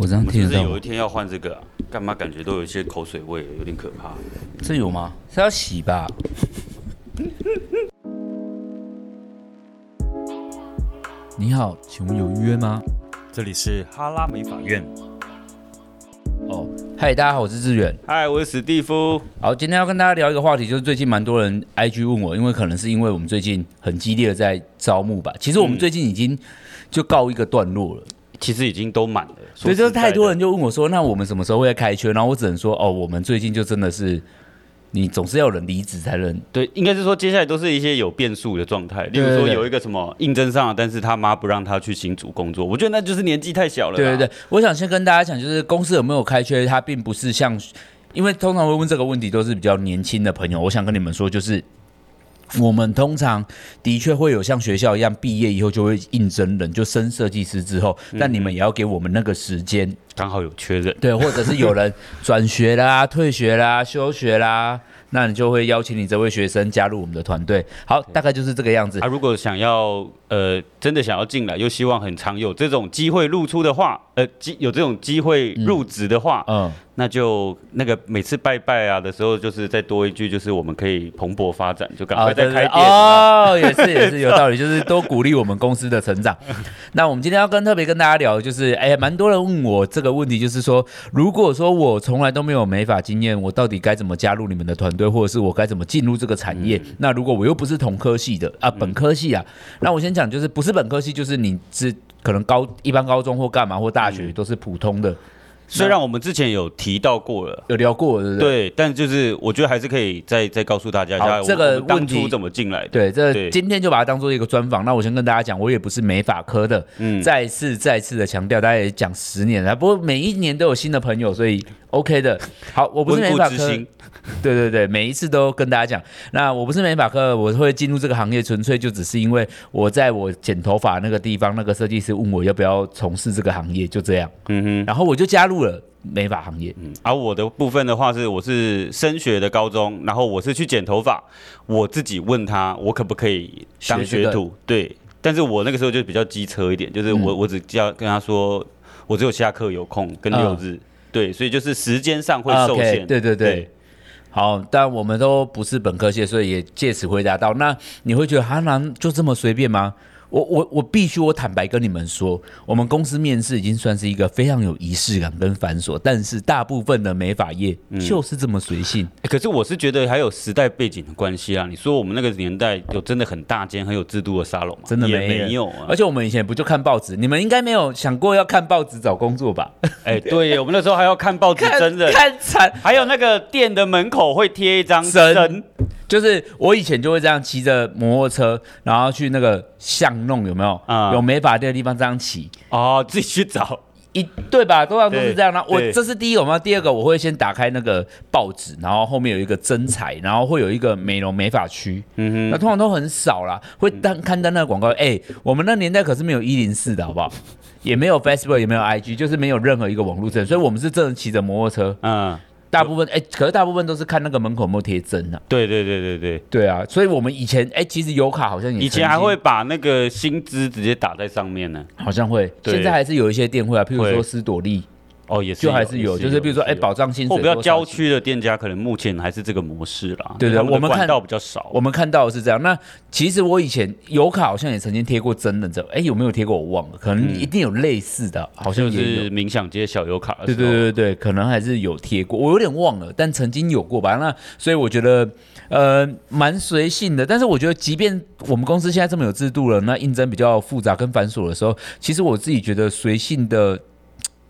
我这样我们是听不得是到有吗一？天要换这个啊？干嘛感觉都有一些口水味，有点可怕。这有吗？是要洗 吧？你好，请问有预约吗？这里是哈拉美法院。哦，嗨，大家好，我是志远。嗨，我是史蒂夫。好，今天要跟大家聊一个话题，就是最近蛮多人 IG 问我，因为可能是因为我们最近很激烈的在招募吧。其实我们最近已经就告一个段落了，其实已经都满了，所以说就实是在的太多人就问我说，那我们什么时候会开缺？然后我只能说，哦，我们最近就真的是，你总是要有人离职才能对，应该是说接下来都是一些有变数的状态，例如对说对对有一个什么应征上了，但是他妈不让他去新竹工作，我觉得那就是年纪太小了。对对对，，我想先跟大家讲，就是公司有没有开缺，它并不是像，因为通常会问这个问题都是比较年轻的朋友。我想跟你们说，就是我们通常的确会有像学校一样，毕业以后就会应征人，就升设计师之后，但你们也要给我们那个时 间，刚好有缺人。对，或者是有人转学啦、退学啦、休学啦，那你就会邀请你这位学生加入我们的团队。好，大概就是这个样子啊他、。如果想要呃真的想要进来，又希望很常有这种机会露出的话，呃，机有这种机会入职的话，嗯，那就那个每次拜拜啊的时候，就是再多一句，就是我们可以蓬勃发展，就赶快啊再对对开店。哦，也是也是有 道理，就是多鼓励我们公司的成长。那我们今天要跟特别跟大家聊，就是哎，蛮多人问我这个问题，就是说，如果说我从来都没有美发经验，我到底该怎么加入你们的团队，或者是我该怎么进入这个产业？嗯那如果我又不是同科系的啊，本科系啊，那我先讲，就是不是本科系，就是你是可能高一般高中或干嘛或大学嗯都是普通的，虽然我们之前有提到过了。有聊过对不对？对，但就是我觉得还是可以再再告诉大家一好下，我这个我们当问题初怎么进来的。对，这对今天就把它当做一个专访。那我先跟大家讲，我也不是美发科的，嗯再次再次的强调，大家也讲十年了，不过每一年都有新的朋友，所以 OK 的。好，我不是美温故发知科，新，对对对，每一次都跟大家讲，那我不是美发科，我会进入这个行业，纯粹就只是因为我在我剪头发那个地方，那个设计师问我要不要从事这个行业，就这样，嗯哼。然后我就加入了美发行业。而、啊我的部分的话是，我是升学的高中，然后我是去剪头发，我自己问他我可不可以当学这学个徒，对。但是我那个时候就比较机车一点，就是我、嗯我只叫跟他说，我只有下课有空跟六日，对，所以就是时间上会受嗯啊 OK，限。对对对好，但我们都不是本科系，所以也借此回答到。那你会觉得哈南就这么随便吗？我我我必须我坦白跟你们说，我们公司面试已经算是一个非常有仪式感跟繁琐，但是大部分的美发业就是这么随性。欸可是我是觉得还有时代背景的关系啊。你说我们那个年代有真的很大间、很有制度的沙龙吗？真的也没没有而啊。且我们以前不就看报纸？你们应该没有想过要看报纸找工作吧？哎、对耶，我们那时候还要看报纸看 真 人，看惨，还有那个店的门口会贴一张神神，就是我以前就会这样骑着摩托车，然后去那个巷弄，有没有？啊有美发店的地方这样骑，哦，自己去找。一对吧？通常都是这样。然后我对这是第一个嘛，第二个我会先打开那个报纸，然后后面有一个真彩，然后会有一个美容美发区。嗯那通常都很少啦，会当刊登那个广告。哎、我们那年代可是没有一零四的好不 好？也没有 Facebook，也没有 IG，就是没有任何一个网络证，所以我们是真的骑着摩托车。哼，嗯，大部分哎、可是大部分都是看那个门口有没有贴针啊。对对对对对，对啊，所以我们以前哎、其实油卡好像也以前曾还经会把那个薪资直接打在上面呢。好像会，对现在还是有一些店会啊，譬如会说斯朵利哦，也是就还是有，就是比如说哎、也是有保障薪水或比较多少郊区的店家，可能目前还是这个模式啦。对对因为他们的我们看管道比较少。我们看到的是这样。那其实我以前油卡好像也曾经贴过真的这，哎、有没有贴过我忘了，可能一定有类似的，好像嗯就也有。是冥想街小油卡的对时候对对对，可能还是有贴过，我有点忘了，但曾经有过吧。那所以我觉得，呃，蛮随性的。但是我觉得，即便我们公司现在这么有制度了，那应征比较复杂跟繁琐的时候，其实我自己觉得随性的，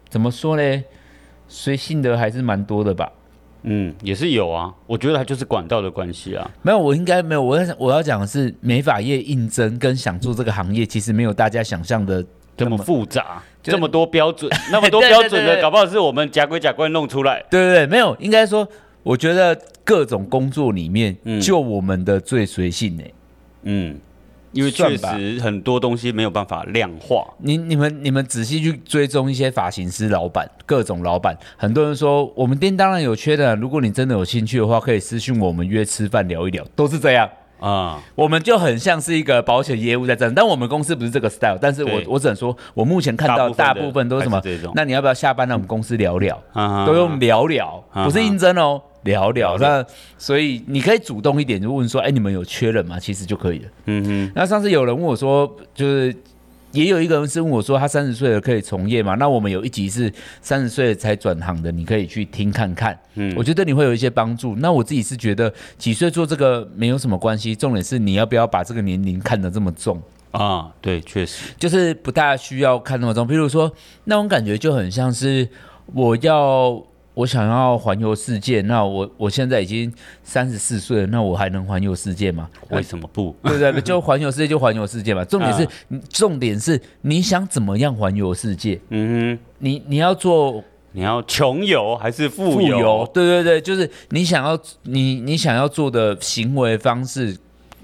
怎么说呢？随性的还是蛮多的吧。嗯，也是有啊，我觉得它就是管道的关系啊。没有，我应该没有。我要我要讲的是，美发业应征跟想做这个行业，其实没有大家想象的这那么么。复杂，就是这么多 标准，那么多对对标准对的，对搞不好是我们假鬼假怪弄出来。对对对，没有，应该说，我觉得各种工作里面，嗯就我们的最随性哎、嗯，因为确算吧实很多东西没有办法量化。你你们你们仔细去追踪一些发型师老板，各种老板，很多人说我啊们店当然有缺的，如果你真的有兴趣的话，可以私信我我们约吃饭聊一聊，都是这样。啊，我们就很像是一个保险业务在这样，但我们公司不是这个 style，但是我对我只能说，我目前看到大大部分的部分都是什么还是这种？那你要不要下班来我们公司聊聊？啊都用聊聊，啊不是应征哦，聊聊。了解那所以你可以主动一点，就问说，哎，你们有缺人吗？其实就可以了。嗯哼，那上次有人问我说，就是。也有一个人是问我说，他三十岁了可以从业吗？那我们有一集是三十岁才转行的，你可以去听看看。嗯，我觉得你会有一些帮助。那我自己是觉得几岁做这个没有什么关系，重点是你要不要把这个年龄看得这么重，啊，对，确实，就是不大需要看那么重。比如说那种感觉就很像是我要我想要环游世界，那我我现在已经三十四岁了，那我还能环游世界吗？为什么不？对不对？ 就环游世界就环游世界嘛。重点是，重点是你想怎么样环游世界？嗯哼，你你要做你要穷游还是富富有游？，对对对，就是你想要你你想要做的行为方式。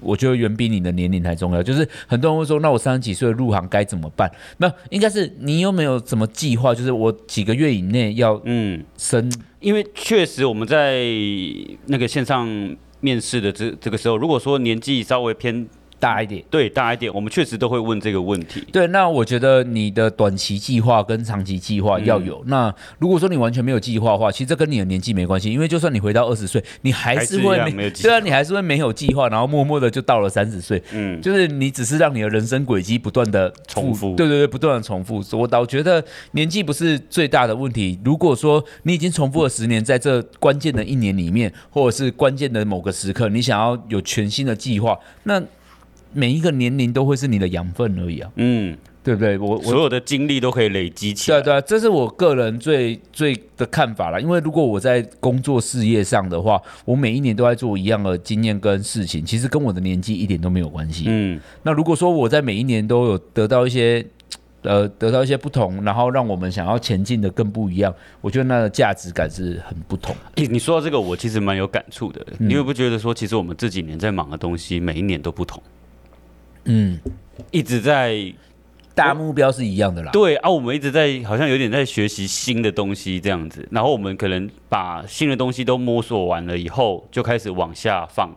我觉得远比你的年龄还重要。就是很多人会说，那我三十几岁入行该怎么办？那应该是你有没有什么计划？就是我几个月以内要嗯，升，因为确实我们在那个线上面试的这这个时候，如果说年纪稍微偏大一点。对大一点，我们确实都会问这个问题。对，那我觉得你的短期计划跟长期计嗯划要有。那如果说你完全没有计划的话，其实这跟你的年纪没关系，因为就算你回到二十岁，你还还是是一会样没有计对啊，划你还是会没有计划，然后默默的就到了三十岁。嗯，就是你只是让你的人生轨迹不断的重复对对对，不断的重复。所以我倒觉得年纪不是最大的问题。如果说你已经重复了十年，在这关键的一年里面，或者是关键的某个时刻，你想要有全新的计划，那每一个年龄都会是你的养分而已啊，嗯，对不对？我我所有的经历都可以累积起对啊，来。对啊，这是我个人最最的看法啦。因为如果我在工作事业上的话，我每一年都在做一样的经验跟事情，其实跟我的年纪一点都没有关系。嗯，那如果说我在每一年都有得到一些，呃，得到一些不同，然后让我们想要前进的更不一样，我觉得那个价值感是很不同。诶你说到这个，我其实蛮有感触的。你有不觉得说，其实我们这几年在忙的东西，每一年都不同，嗯，一直在大目标是一样的啦。对啊，我们一直在好像有点在学习新的东西这样子，然后我们可能把新的东西都摸索完了以后，就开始往下放。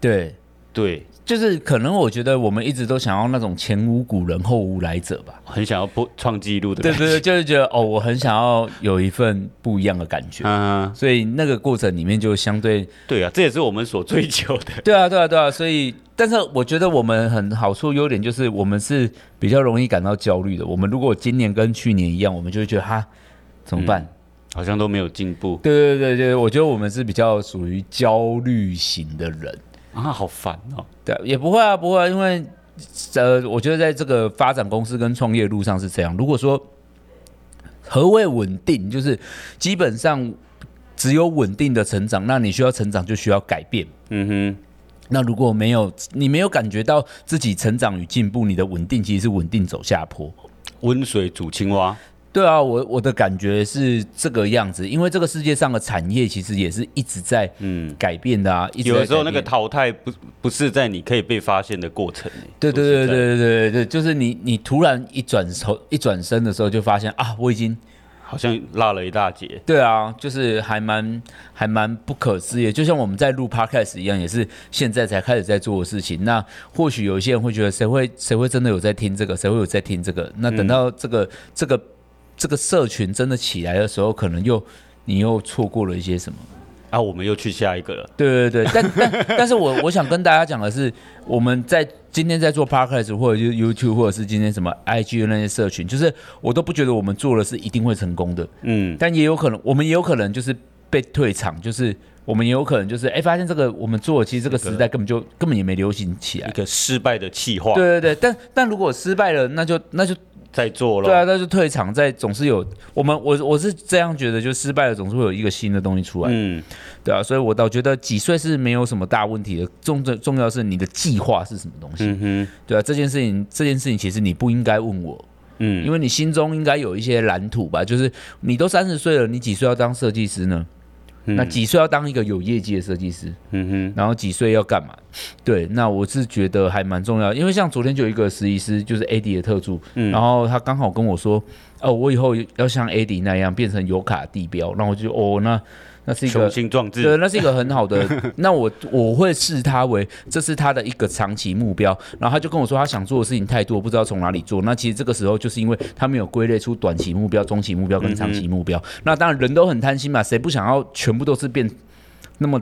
对，对，就是可能我觉得我们一直都想要那种前无古人后无来者吧。很想要破创纪录的对感觉。对对，就是觉得哦，我很想要有一份不一样的感觉。嗯，所以那个过程里面就相对，对啊，这也是我们所追求 的。对啊，对啊，对啊，所以，但是我觉得我们很好处优点就是我们是比较容易感到焦虑的。我们如果今年跟去年一样，我们就会觉得哈怎么办？好像都没有进步对对对对，我觉得我们是比较属于焦虑型的人，啊，好烦哦。对啊，也不会啊，不会啊，因为呃，我觉得在这个发展公司跟创业路上是这样。如果说何谓稳定，就是基本上只有稳定的成长，那你需要成长就需要改变。嗯那如果没有你没有感觉到自己成长与进步，你的稳定其实是稳定走下坡。哼，温水煮青蛙。对啊，我我的感觉是这个样子，因为这个世界上的产业其实也是一直在嗯，改变的啊，一直在有的时候那改个变淘汰不不是在你可以被发现的过程欸、对说对对实在的，对对对对，就是你你突然一转头一转身的时候，就发现啊，我已经好像落了一大截。对啊，就是还蛮还蛮不可思议的，就像我们在录 podcast 一样，也是现在才开始在做的事情。那或许有一些人会觉得，谁会谁会真的有在听这个，谁会有在听这个？那等到这个、这个这个社群真的起来的时候，可能又你又错过了一些什么。啊，我们又去下一个了。对对对，但但但是我我想跟大家讲的是，我们在今天在做 podcast 或者就是 YouTube 或者是今天什么 IG 的那些社群，就是我都不觉得我们做的是一定会成功的。嗯，但也有可能，我们也有可能就是被退场，就是我们也有可能就是哎、发现这个我们做的其实这个时代根本就根本也没流行起一来。个失败的气划对对对，但但如果失败了，那就那就在做了。对啊，那就退场，在总是有我们我我是这样觉得，就失败了总是会有一个新的东西出来，嗯，对啊，所以我倒觉得几岁是没有什么大问题的，重重重要是你的计划是什么东西，嗯哼，对啊，这件事情这件事情其实你不应该问我，嗯，因为你心中应该有一些蓝图吧，就是你都三十岁了，你几岁要当设计师呢？嗯那几岁要当一个有业绩的设计师，嗯然后几岁要干嘛？对，那我是觉得还蛮重要，因为像昨天就有一个实习师，就是 AD 的特助，嗯然后他刚好跟我说，哦，我以后要像 AD 那样变成油卡地标，然后我就哦，那那是一雄个心壮对，志，那是一个很好的。那我我会视他为这是他的一个长期目标。然后他就跟我说，他想做的事情太多，不知道从哪里做。那其实这个时候就是因为他没有归类出短期目标、中期目标跟长期目标。那当然人都很贪心嘛，谁不想要全部都是变那么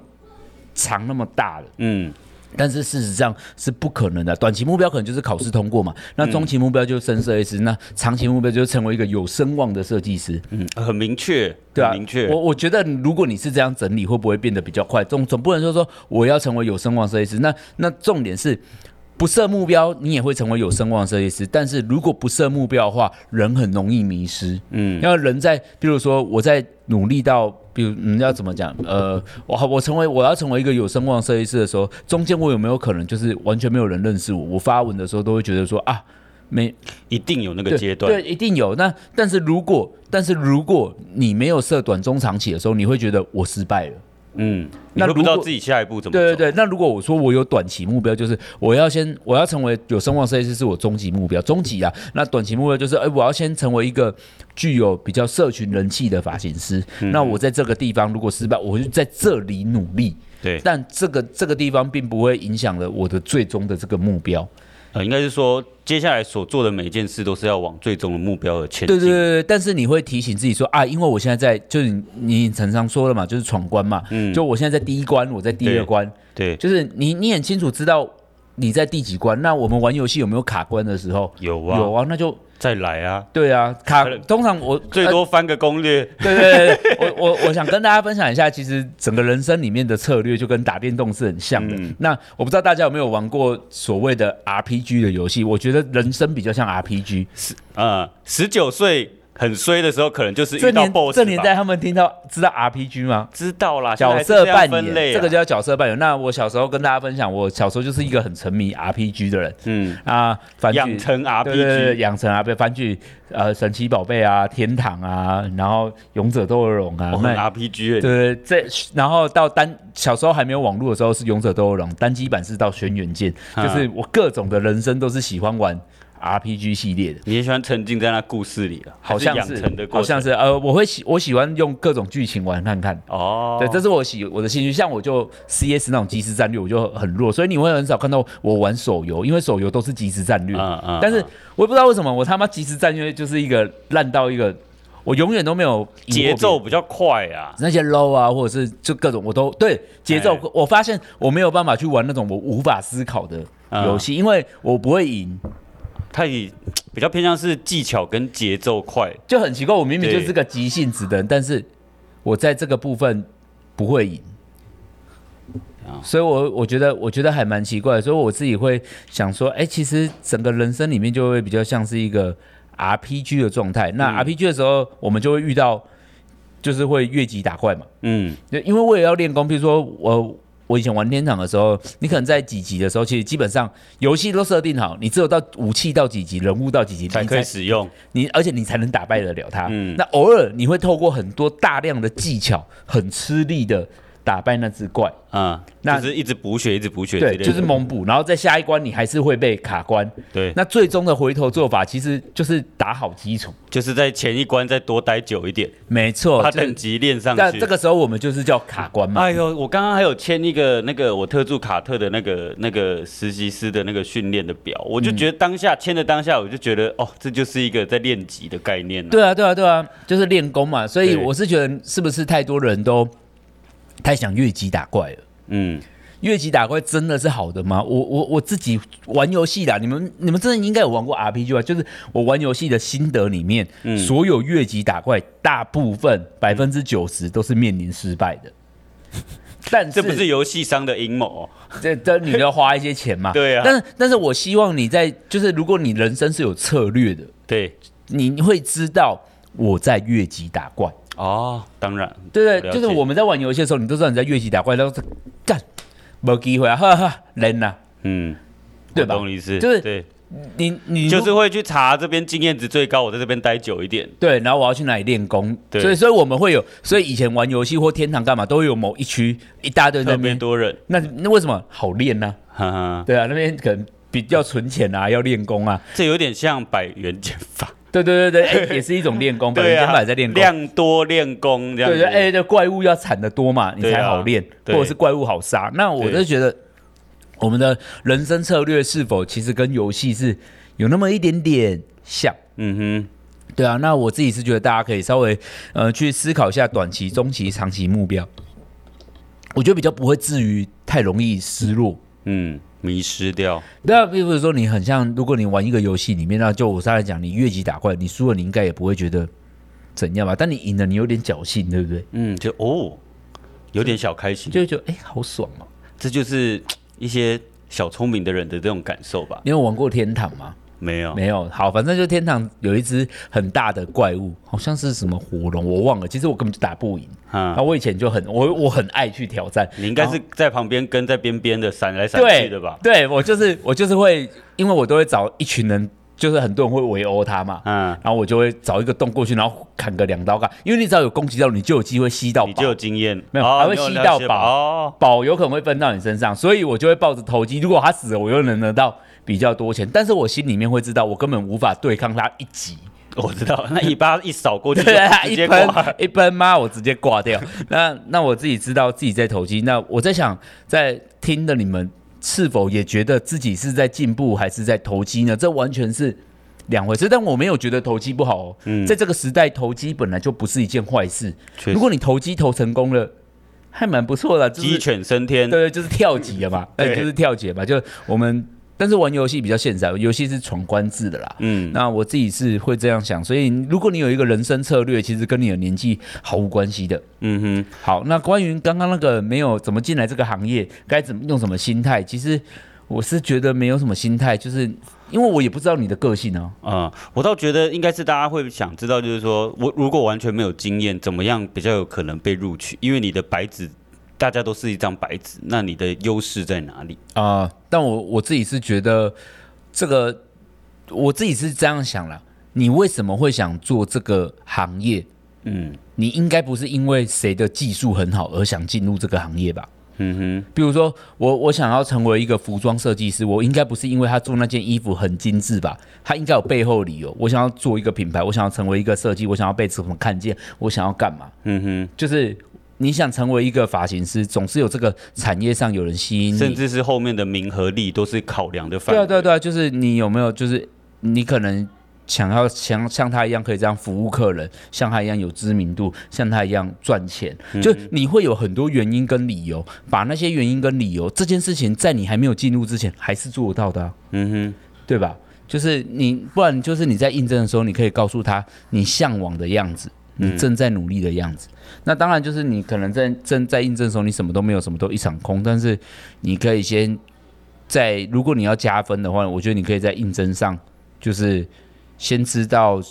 长那么大的？嗯，但是事实上是不可能的。短期目标可能就是考试通过嘛，那中期目标就是升设计师，那长期目标就是成为一个有声望的设计师，嗯，很明确，对啊，很明确我，我觉得如果你是这样整理，会不会变得比较快？总总不能说说我要成为有声望设计师。那那重点是。不设目标，你也会成为有声望设计师。但是如果不设目标的话，人很容易迷失。嗯，要人在，比如说我在努力到，比如嗯要怎么讲？呃，我好，我成为我要成为一个有声望设计师的时候，中间我有没有可能就是完全没有人认识我？我发文的时候都会觉得说啊，没一定有那个对阶段，对，一定有。那但是如果但是如果你没有设短中长期的时候，你会觉得我失败了。嗯，你那会不知如道果自己下一步怎么走，对对对，那如果我说我有短期目标，就是我要先我要成为有声望设计师是我终极目标，终极啊。那短期目标就是，哎、我要先成为一个具有比较社群人气的发型师。嗯那我在这个地方如果失败，我就在这里努力。对，但这个这个地方并不会影响了我的最终的这个目标。呃，应该是说接下来所做的每一件事都是要往最终的目标而前对进，对对对，但是你会提醒自己说啊，因为我现在在，就是你你常常说了嘛，就是闯关嘛，嗯就我现在在第一关，我在第二对关，对，就是你你很清楚知道你在第几关。那我们玩游戏有没有卡关的时候？有啊，有啊，那就再来啊，对啊，卡可能通常我最呃多翻个攻略，对对对，对我我我想跟大家分享一下，其实整个人生里面的策略就跟打电动是很像的。嗯那我不知道大家有没有玩过所谓的 RPG 的游戏？我觉得人生比较像 RPG。啊，十九岁很衰的时候，可能就是呃这遇到年 BOSS 这年吧代他们听到知道 RPG 吗？知道啦， 角现在还是色这样扮分演，类啊，这个叫角色扮演。那我小时候跟大家分享，我小时候就是一个很沉迷 RPG 的人嗯，啊，反养正。成对对对， RPG，养成啊，被番剧，呃，神奇宝贝啊，天堂啊，然后勇者斗恶龙啊我，很那 RPG，欸对对，这然后到单小时候还没有网络的时候是勇者斗恶龙，单机版是到轩辕剑，啊就是我各种的人生都是喜欢玩 RPG 系列的。你也喜欢沉浸在那故事里了，啊好像还是是养成的，好过程，像是，呃，我会喜我喜欢用各种剧情玩看看，哦，对，这是我喜我的兴趣。像我就 CS 那种即时战略，我就很弱，所以你会很少看到我玩手游，因为手游都是即时战略。嗯嗯但是嗯我也不知道为什么，我他妈即时战略就是一个烂到一个，我永远都没有赢过别节人奏比较快啊，那些 low 啊，或者是就各种我都对节奏哎，我发现我没有办法去玩那种我无法思考的嗯游戏，因为我不会赢。它以比较偏向是技巧跟节奏快，就很奇怪，我明明对就是个急性子的人，但是我在这个部分不会赢啊。所以我，我觉得，我觉得还蛮奇怪的，所以我自己会想说，哎、其实整个人生里面就会比较像是一个 RPG 的状态。嗯那 RPG 的时候，我们就会遇到，就是会越级打怪嘛。嗯，就因为我也要练功，比如说我我以前玩天堂的时候，你可能在几级的时候，其实基本上游戏都设定好，你只有到武器到几级，人物到几级，你才可以使用，你而且你才能打败得了他。嗯那偶尔你会透过很多大量的技巧，很吃力的打败那只怪，嗯，那就是一直补血，一直补血之对类，的，就是猛补，然后在下一关你还是会被卡关。对，那最终的回头做法其实就是打好基础，就是在前一关再多待久一点，没错。把哦就是等级练上但去嗯这。个时候我们就是叫卡关嘛。哎呦，我刚刚还有签一个那个我特助卡特的那个那个实习师的那个训练的表，我就觉得当下签的当下，我就觉得哦，这就是一个在练级的概念、啊。对啊，对啊，对啊，就是练功嘛。所以对我是觉得，是不是太多人都太想越级打怪了？嗯，越级打怪真的是好的吗？我我我自己玩游戏啦，你们你们真的应该有玩过 RPG 吧？就是我玩游戏的心得里面，嗯所有越级打怪大部分百分之九十都是面临失败 的。但这不是是游戏商的阴谋哦、这这你要花一些钱嘛？ 对啊但是但是我希望你在就是如果你人生是有策略的，对，你会知道我在越级打怪。哦，当然，对了对，就解是我们在玩游戏的时候，你都知道你在越级打怪，然后干没机会啊，哈哈，人呐、嗯，对吧我懂你意思，就是对，你你如就是会去查这边经验值最高，我在这边待久一点。对，然后我要去哪里练功？对所以所以我们会有，所以以前玩游戏或天堂干嘛，都会有某一区一大堆人在特那别边。多人，那那为什么好练呢、哈哈，对啊，那边可能比较存钱啊，要练功啊。这有点像百元减法，对对对 对，哎也是一种练功，本对人啊，肩膀也在练功。量多练功这样对子。对，哎，这怪物要产的多嘛，你对啊才好练，或对者是怪物好杀。那我就对觉得，我们的人生策略是否其实跟游戏是有那么一点点像？嗯对啊，那我自己是觉得大家可以稍微呃去思考一下短期、中期、长期目标，我觉得比较不会至于太容易失落。哼，嗯，迷失掉。那比如说你很像，如果你玩一个游戏里面，那就我刚才讲，你越级打怪，你输了你应该也不会觉得怎样吧？但你赢了，你有点侥幸，对不对？嗯，就哦，有点小开心，就会觉得哎、好爽哦、这就是一些小聪明的人的这种感受吧？你有玩过天堂吗？没有，没有，好，反正就天堂有一只很大的怪物，好像是什么火龙，我忘了。其实我根本就打不赢。啊啊，，我以前就很我我很爱去挑战，你应该是在旁边跟在边边的闪来闪对去的吧？对我就是我就是会，因为我都会找一群人，就是很多人会围殴他嘛，嗯，然后我就会找一个洞过去，然后砍个两刀干，因为你只要有攻击到，你就有机会吸到你宝就，有经验，没有哦还会你有吸了到解宝哦。 宝有可能会分到你身上，所以我就会抱着投机，如果他死了，我又能得到比较多钱，但是我心里面会知道，我根本无法对抗他一击。我知道，那尾巴一扫过去就对啊，直一接挂喷。一喷妈，我直接挂 掉。那那我自己知道自己在投机，那我在想，在听的你们是否也觉得自己是在进步还是在投机呢？这完全是两回事。但我没有觉得投机不好哦，嗯在这个时代，投机本来就不是一件坏事。确实如果你投机投成功了，还蛮不错的，就鸡是犬升天，对，就是跳级 了嘛，对，对就是跳级了嘛，就我们。但是玩游戏比较现实，啊，游戏是闯关制的啦。嗯，那我自己是会这样想，所以如果你有一个人生策略，其实跟你的年纪毫无关系的。嗯哼，好，那关于刚刚那个没有怎么进来这个行业，该怎么用什么心态，其实我是觉得没有什么心态，就是因为我也不知道你的个性啊。啊、我倒觉得应该是大家会想知道，就是说我如果完全没有经验，怎么样比较有可能被录取？因为你的白纸，大家都是一张白纸，那你的优势在哪里？啊、但我我自己是觉得这个，我自己是这样想啦。你为什么会想做这个行业？嗯你应该不是因为谁的技术很好而想进入这个行业吧？嗯比如说，我我想要成为一个服装设计师，我应该不是因为他做那件衣服很精致吧？他应该有背后理由。我想要做一个品牌，我想要成为一个设计，我想要被什么看见，我想要干嘛哼，？嗯就是你想成为一个发型师，总是有这个产业上有人吸引哼，你，甚至是后面的名和利都是考量的范对围。啊对啊对啊，就是你有没有就是你可能想要像像他一样可以这样服务客人，像他一样有知名度，像他一样赚钱，嗯就你会有很多原因跟理由，把那些原因跟理由这件事情在你还没有进入之前还是做到的啊、嗯对吧？就是你不然就是你在应征的时候，你可以告诉他你向往的样子。你正在努力的样子，那当然就是你可能在正在应征的时候，你什么都没有，什么都一场空。但是你可以先在，如果你要加分的话，我觉得你可以在应征上，就是先知道，哼，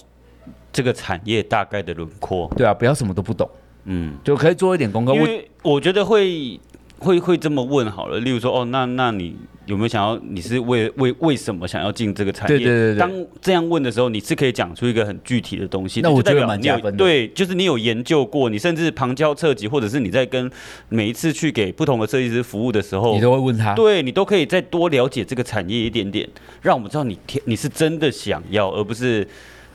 这个产业大概的轮廓，对啊，不要什么都不懂，嗯，就可以做一点功课。因我为我觉得会会会这么问好了，例如说，哦，那那你有没有想要？你是为为为什么想要进这个产业？对对对对当这样问的时候，你是可以讲出一个很具体的东西。那就我觉得代表蛮你有加分的对，就是你有研究过，你甚至旁敲侧击，或者是你在跟每一次去给不同的设计师服务的时候，你都会问他，对你都可以再多了解这个产业一点点，让我们知道你天你是真的想要，而不是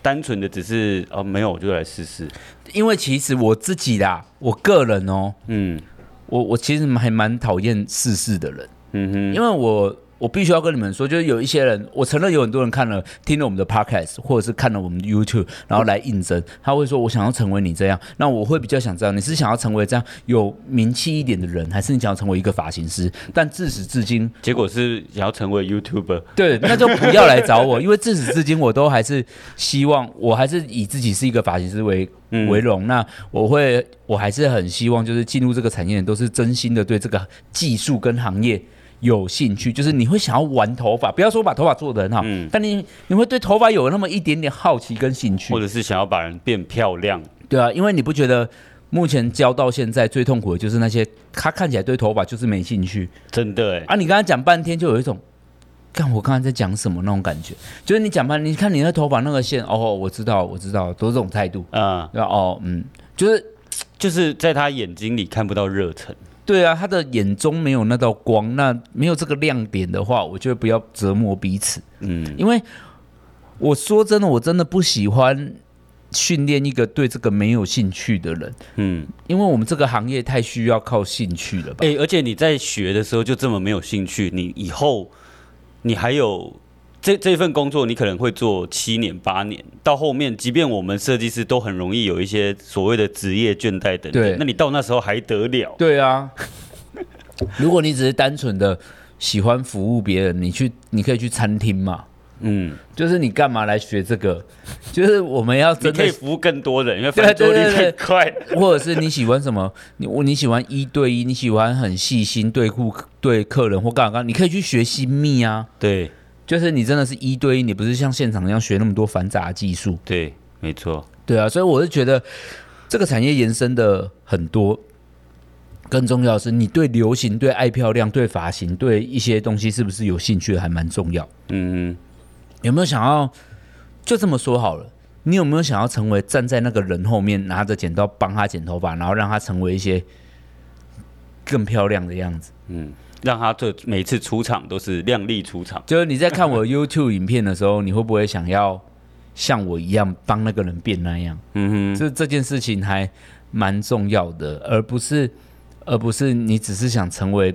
单纯的只是啊、没有我就来试试。因为其实我自己啦，我个人哦，嗯我我其实还蛮讨厌世事的人。嗯哼。因为我我必须要跟你们说，就是有一些人，我承认有很多人看了听了我们的 podcast，或者是看了我们的 YouTube，然后来应征，他会说我想要成为你这样，那我会比较想知道你是想要成为这样有名气一点的人，还是你想要成为一个发型师？但自始至今，结果是想要成为 YouTuber， 对，那就不要来找我，因为自始至今我都还是希望，我还是以自己是一个发型师为嗯为荣。那我会，我还是很希望，就是进入这个产业的人都是真心的对这个技术跟行业有兴趣，就是你会想要玩头发，不要说把头发做得很好，嗯但你你会对头发有那么一点点好奇跟兴趣或，者是想要把人变漂亮。对啊，因为你不觉得目前教到现在最痛苦的就是那些他看起来对头发就是没兴趣，真的哎，啊，你刚才讲半天，就有一种，看我刚才在讲什么那种感觉，就是你讲半天，你看你那头发那个线，哦，我知道，我知道，都是这种态度，啊、对吧？哦，嗯，就是就是在他眼睛里看不到热忱。对啊，他的眼中没有那道光，那没有这个亮点的话，我觉得不要折磨彼此，嗯因为我说真的，我真的不喜欢训练一个对这个没有兴趣的人，嗯，因为我们这个行业太需要靠兴趣了吧？哎、而且你在学的时候就这么没有兴趣，你以后你还有这这份工作，你可能会做七年八年，到后面，即便我们设计师都很容易有一些所谓的职业倦怠等对等，那你到那时候还得了？对啊， 如果你只是单纯的喜欢服务别人，你去你可以去餐厅嘛，嗯，就是你干嘛来学这个？就是我们要你真可的以服务更多人，因为翻桌率对对对对太快 了。或者是你喜欢什么？你我你喜欢一对一，你喜欢很细心对顾对客人或干嘛干嘛，你可以去学新密啊。对就是你真的是一对一，你不是像现场一样学那么多繁杂技术。对，没错。对啊，所以我是觉得这个产业延伸的很多。更重要的是，你对流行、对爱漂亮、对发型、对一些东西是不是有兴趣，还蛮重要。嗯，有没有想要就这么说好了？你有没有想要成为站在那个人后面，拿着剪刀帮他剪头发，然后让他成为一些更漂亮的样子？让他这每次出场都是靓丽出场。就是你在看我 YouTube 影片的时候，你会不会想要像我一样帮那个人变那样？嗯哼，这这件事情还蛮重要的，而不是而不是你只是想成为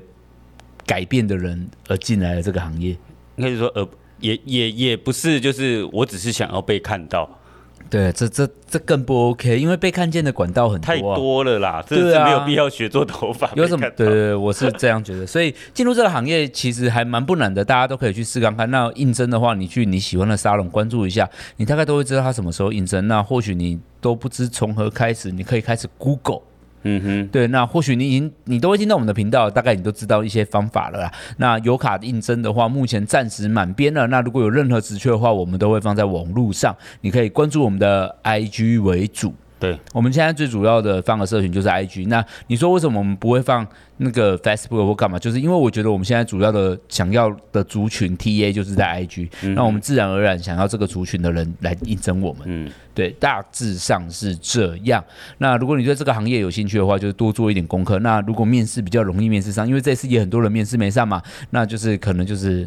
改变的人而进来了这个行业。应该是说呃，也也也不是，就是我只是想要被看到，对，这这这更不 OK，因为被看见的管道很多、啊，太多了啦，真的对是啊没有必要学做头发。 有什么被？看对到对对，我是这样觉得。所以进入这个行业其实还蛮不难的，大家都可以去试看看。那应征的话，你去你喜欢的沙龙关注一下，你大概都会知道他什么时候应征。那或许你都不知从何开始，你可以开始 Google。嗯哼，对，那或许你已经你都会听到我们的频道，大概你都知道一些方法了啦。那有卡应征的话，目前暂时满编了。那如果有任何职缺的话，我们都会放在网络上，你可以关注我们的 IG 为主。对，我们现在最主要的放的社群就是 IG。那你说为什么我们不会放那个 Facebook 或干嘛？就是因为我觉得我们现在主要的想要的族群 TA 就是在 IG，、那我们自然而然想要这个族群的人来应征我们。嗯，对，大致上是这样。那如果你对这个行业有兴趣的话，就是多做一点功课。那如果面试比较容易面试上，因为这次也很多人面试没上嘛，那就是可能就是。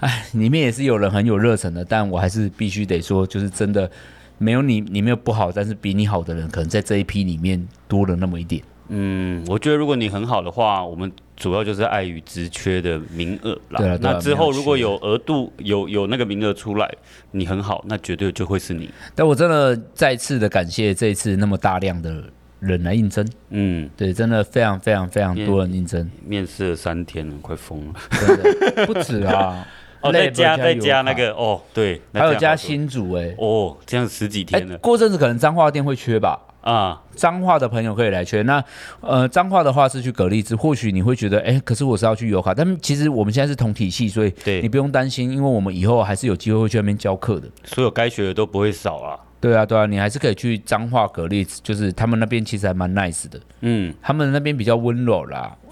哎，里面也是有人很有热忱的，但我还是必须得说，就是真的没有你，你没有不好，但是比你好的人，可能在这一批里面多了那么一点。嗯，我觉得如果你很好的话，我们主要就是碍于职缺的名额啦。对啊对啊那之后如果没有有额度有有那个名额出来，你很好，那绝对就会是你。但我真的再次的感谢这一次那么大量的人来应征，嗯，对，真的非常非常非常多人应征，面试了三天了，快疯了。真的 不止啊。哦，再加 Lab 再加那油卡个哦，对，那还有这加样好多新竹哎、哦，这样十几哎、天了过阵子可能彰化店会缺吧，啊。彰化的朋友可以来缺。那呃，彰化的话是去蛤蜊子，或许你会觉得，哎、可是我是要去油卡，但其实我们现在是同体系，所以对你不用担心，因为我们以后还是有机会会去那边教课的。所有该学的都不会少啊。对啊，对啊，你还是可以去彰化蛤蜊子，就是他们那边其实还蛮 nice 的，嗯，他们那边比较温柔啦。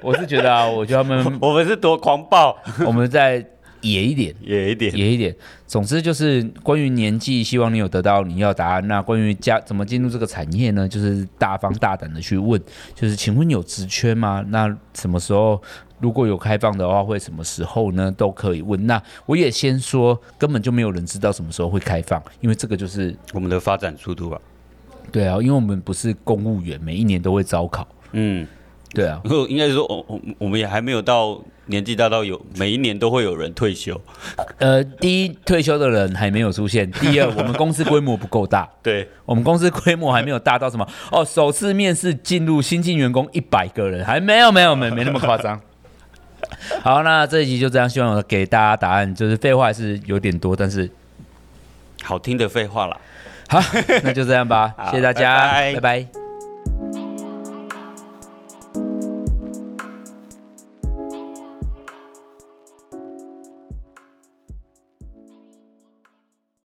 我是觉得啊，我觉得他 们我们是多狂暴，我们再野一点，也一点。也一点。总之就是关于年纪，希望你有得到你要答案。那关于家怎么进入这个产业呢？就是大方大胆的去问，就是请问有职缺吗？那什么时候如果有开放的话，会什么时候呢？都可以问。那我也先说，根本就没有人知道什么时候会开放，因为这个就是我们的发展速度啊，对啊，因为我们不是公务员，每一年都会招考。嗯，对啊，然后应该说，我我我们也还没有到年纪大到有每一年都会有人退休。呃，第一退休的人还没有出现，第二我们公司规模不够大。 对，我们公司规模还没有大到什么哦，首次面试进入新进员工一百个人，还没有没有没没那么夸张。 好，那这一集就这样，希望我给大家答案，就是废话还是有点多，但是好听的废话啦。 好，那就这样吧，谢谢大家，拜拜拜拜